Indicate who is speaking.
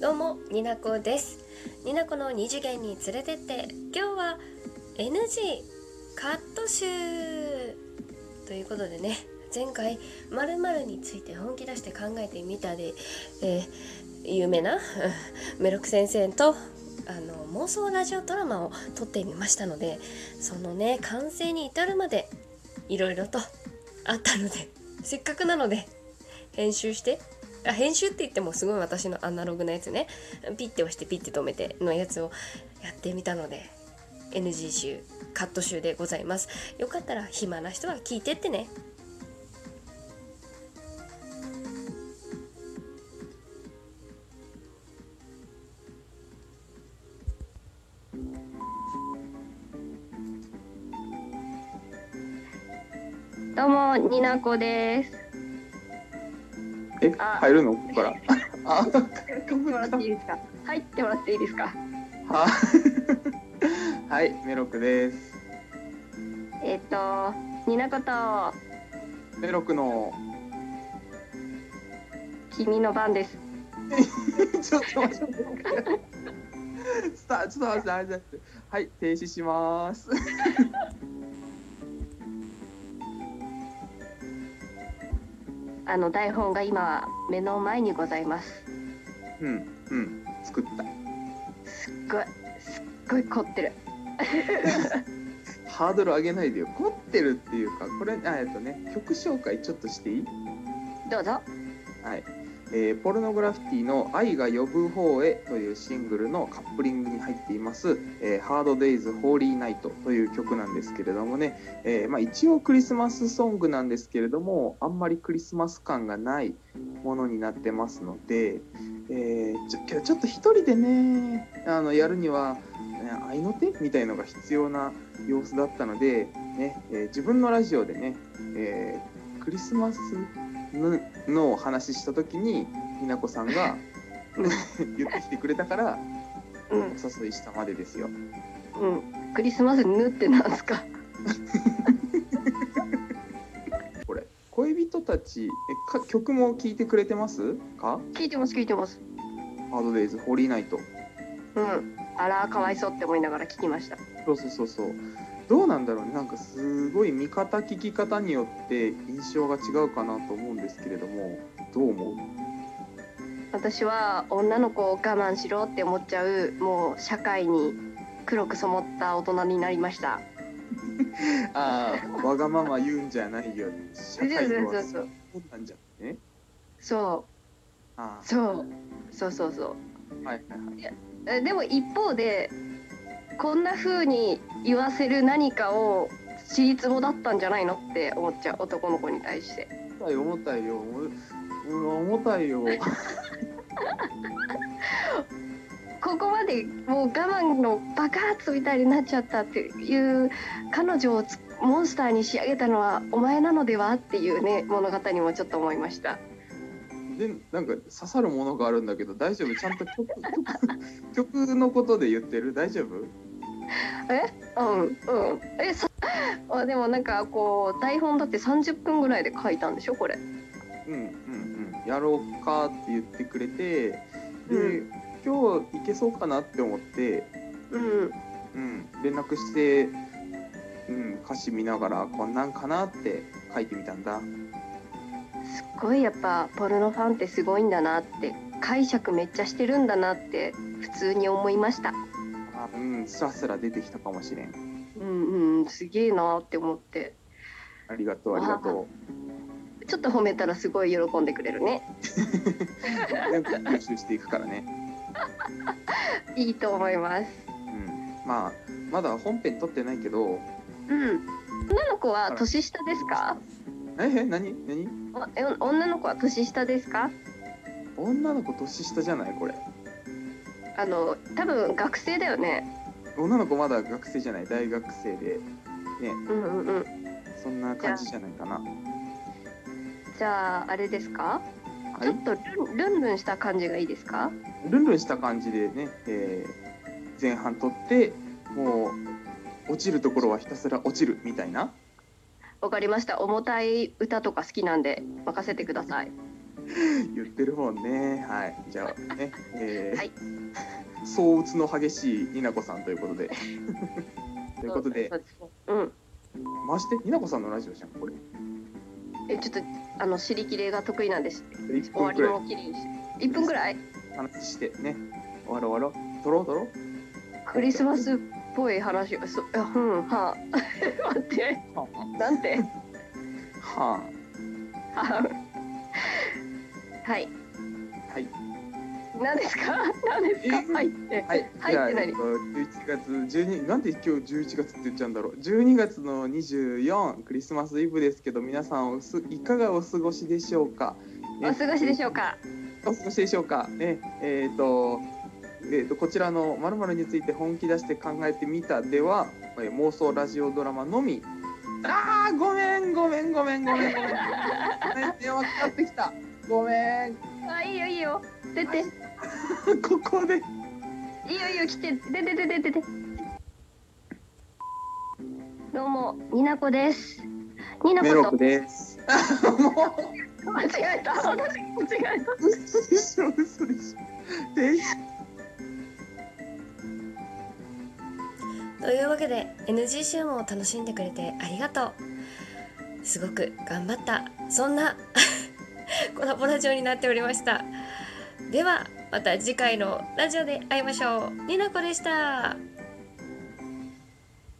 Speaker 1: どうもになこですになこの二次元に連れてって今日は NG カット集ということでね前回〇〇について本気出して考えてみたで、えー有名な メロク先生とあの妄想ラジオドラマを撮ってみましたのでそのね完成に至るまでいろいろとあったのでせっかくなので編集してあ編集って言ってもすごい私のアナログなやつねピッて押してピッて止めてのやつをやってみたので NG 集カット集でございますよかったら暇な人は聞いてってね
Speaker 2: どうも、になこです。
Speaker 3: え、
Speaker 2: あ
Speaker 3: 入るのここから。 あ、
Speaker 2: 入ってもらっていいですか。入ってもらっていいですか。
Speaker 3: は。はい、メロクです。
Speaker 2: えっ、と、になこと、
Speaker 3: メロクの。
Speaker 2: 君の番です。
Speaker 3: ちょっと待って。スター、ちょっと待って、あれだって。はい、停止します。
Speaker 2: あの台本が今目の前にございます。
Speaker 3: うん、うん、作った。
Speaker 2: すっごい、すっごい凝ってる。
Speaker 3: ハードル上げないでよ。凝ってるっていうか、これ、あ、えっとね、曲紹介ちょっとしていい。
Speaker 2: どうぞ。
Speaker 3: はい。えーポルノグラフィティの「愛が呼ぶ方へ」というシングルのカップリングに入っています「えー、ハードデイズ・ホーリー・ナイト」という曲なんですけれどもね、えーまあ、一応クリスマスソングなんですけれどもあんまりクリスマス感がないものになってますので、えーちょけどちょっと一人でねあのやるにはね愛の手みたいのが必要な様子だったので、ねえー自分のラジオでね、えークリスマスののお話しした時に美奈子さんが言ってきてくれたから
Speaker 2: う
Speaker 3: お
Speaker 2: ん、
Speaker 3: 誘いしたまでですよ。
Speaker 2: うん、クリスマスぬってなんすか。
Speaker 3: これ恋人たちえか曲も聴いてくれてますか
Speaker 2: 聞いてます、聞いてます。
Speaker 3: ハードデイズホーリーナイト
Speaker 2: うん、あら、かわいそうって思いながら聞きました。
Speaker 3: そうそうそうそうどうなんだろうねなんかすごい見方聞き方によって印象が違うかなと思うんですけれどもどう思う
Speaker 2: 私は女の子を我慢しろって思っちゃう、もう社会に黒く染まった大人になりました。
Speaker 3: ああわがまま言うんじゃないよ社
Speaker 2: そう
Speaker 3: 会と
Speaker 2: そう
Speaker 3: は
Speaker 2: そ。
Speaker 3: そううなんじゃね
Speaker 2: そう。
Speaker 3: あ
Speaker 2: そうそうそうそ
Speaker 3: あはいはいはいう
Speaker 2: えでも一方でこんな風に言わせる何かを知りつぼだったんじゃないのって思っちゃう男の子に対して
Speaker 3: 重たい重たいよ重うん重たいよ
Speaker 2: ここまでもう我慢の爆発みたいになっちゃったっていう彼女をつモンスターに仕上げたのはお前なのではっていうね物語にもちょっと思いました
Speaker 3: でなんか刺さるものがあるんだけど大丈夫ちゃんと曲曲曲のことで言ってる大丈夫
Speaker 2: うんうんえさ あでもなんかこう台本だって30分ぐらいで書いたんでしょこれ
Speaker 3: うんうんうんやろうかって言ってくれてで、
Speaker 2: う
Speaker 3: 今日いけそうかなって思って、
Speaker 2: うん
Speaker 3: うん、連絡して、うん、歌詞見ながらこんなんかなって書いてみたんだ
Speaker 2: すっごいやっぱポルノファンってすごいんだなって解釈めっちゃしてるんだなって普通に思いました
Speaker 3: あうんすらすら出てきたかもしれん
Speaker 2: うんうんすげえなって思って
Speaker 3: ありがとうありがと
Speaker 2: ちょっと褒めたらすごい喜んでくれるね
Speaker 3: う全部吸収していくからね、
Speaker 2: いいと思います
Speaker 3: うん、まあまだ本編撮ってないけど
Speaker 2: うん女の子は年下ですか
Speaker 3: ええ何何
Speaker 2: おえ女の子は年下ですか
Speaker 3: 女の子年下じゃないこれ
Speaker 2: あの多分学生だよね
Speaker 3: 女の子まだ学生じゃない大学生で
Speaker 2: うんうんうん
Speaker 3: そんな感じじゃないかな
Speaker 2: じゃああれですか、
Speaker 3: は
Speaker 2: ちょ
Speaker 3: い
Speaker 2: っとルンルンルンした感じがいいですか
Speaker 3: ルンルンした感じでね、えー前半取ってもう落ちるところはひたすら落ちるみたいな
Speaker 2: わかりました重たい歌とか好きなんで任せてください
Speaker 3: 言ってるもんね。はい。じゃあね、えー
Speaker 2: はい
Speaker 3: 相打つの激しい稲子さんというこ とで。ということで
Speaker 2: そ、うすねうん。
Speaker 3: 回して稲子さんのラジオじゃんこれ。
Speaker 2: えちょっとあの尻切れが得意なんです。
Speaker 3: 一
Speaker 2: 終わり
Speaker 3: 分くら
Speaker 2: も綺麗にして。一分ぐらい。
Speaker 3: い話してね。終わろう終わろう。撮ろう撮ろう。
Speaker 2: クリスマスっぽい話を。そあうんはあ。 待って。なんて。
Speaker 3: は
Speaker 2: はあはい。
Speaker 3: あ。はい。
Speaker 2: 何ですか。何です
Speaker 3: えー
Speaker 2: か。はいって。
Speaker 3: はい。
Speaker 2: はい
Speaker 3: じゃあ、
Speaker 2: って何
Speaker 3: えっと11月12、なんで今日11月って言っちゃうんだろう。12月の24、クリスマスイブですけど、皆さんおすいかがお過ごしでしょうか。
Speaker 2: お過ごしでしょうか。
Speaker 3: お過ごしでしょうか。ね、えっ、と、えー、とこちらのまるについて本気出して考えてみたでは、えー妄想ラジオドラマのみ。あーごめんごめんごめんごめんごめん。ごめん電話かかってきた。ごめん。
Speaker 2: あいいよいいよ。出て。
Speaker 3: ここで。
Speaker 2: いいよいいよ来て出て出て出てどうもになこですにな
Speaker 3: メロ
Speaker 2: こ
Speaker 3: ク
Speaker 2: と
Speaker 3: です。も
Speaker 2: 間違えた私間違えた
Speaker 3: う 嘘でしょ嘘でしょ。で
Speaker 1: というわけで NG 集も楽しんでくれてありがとうすごく頑張ったそんな コラボラジオになっておりましたではまた次回のラジオで会いましょうになこでした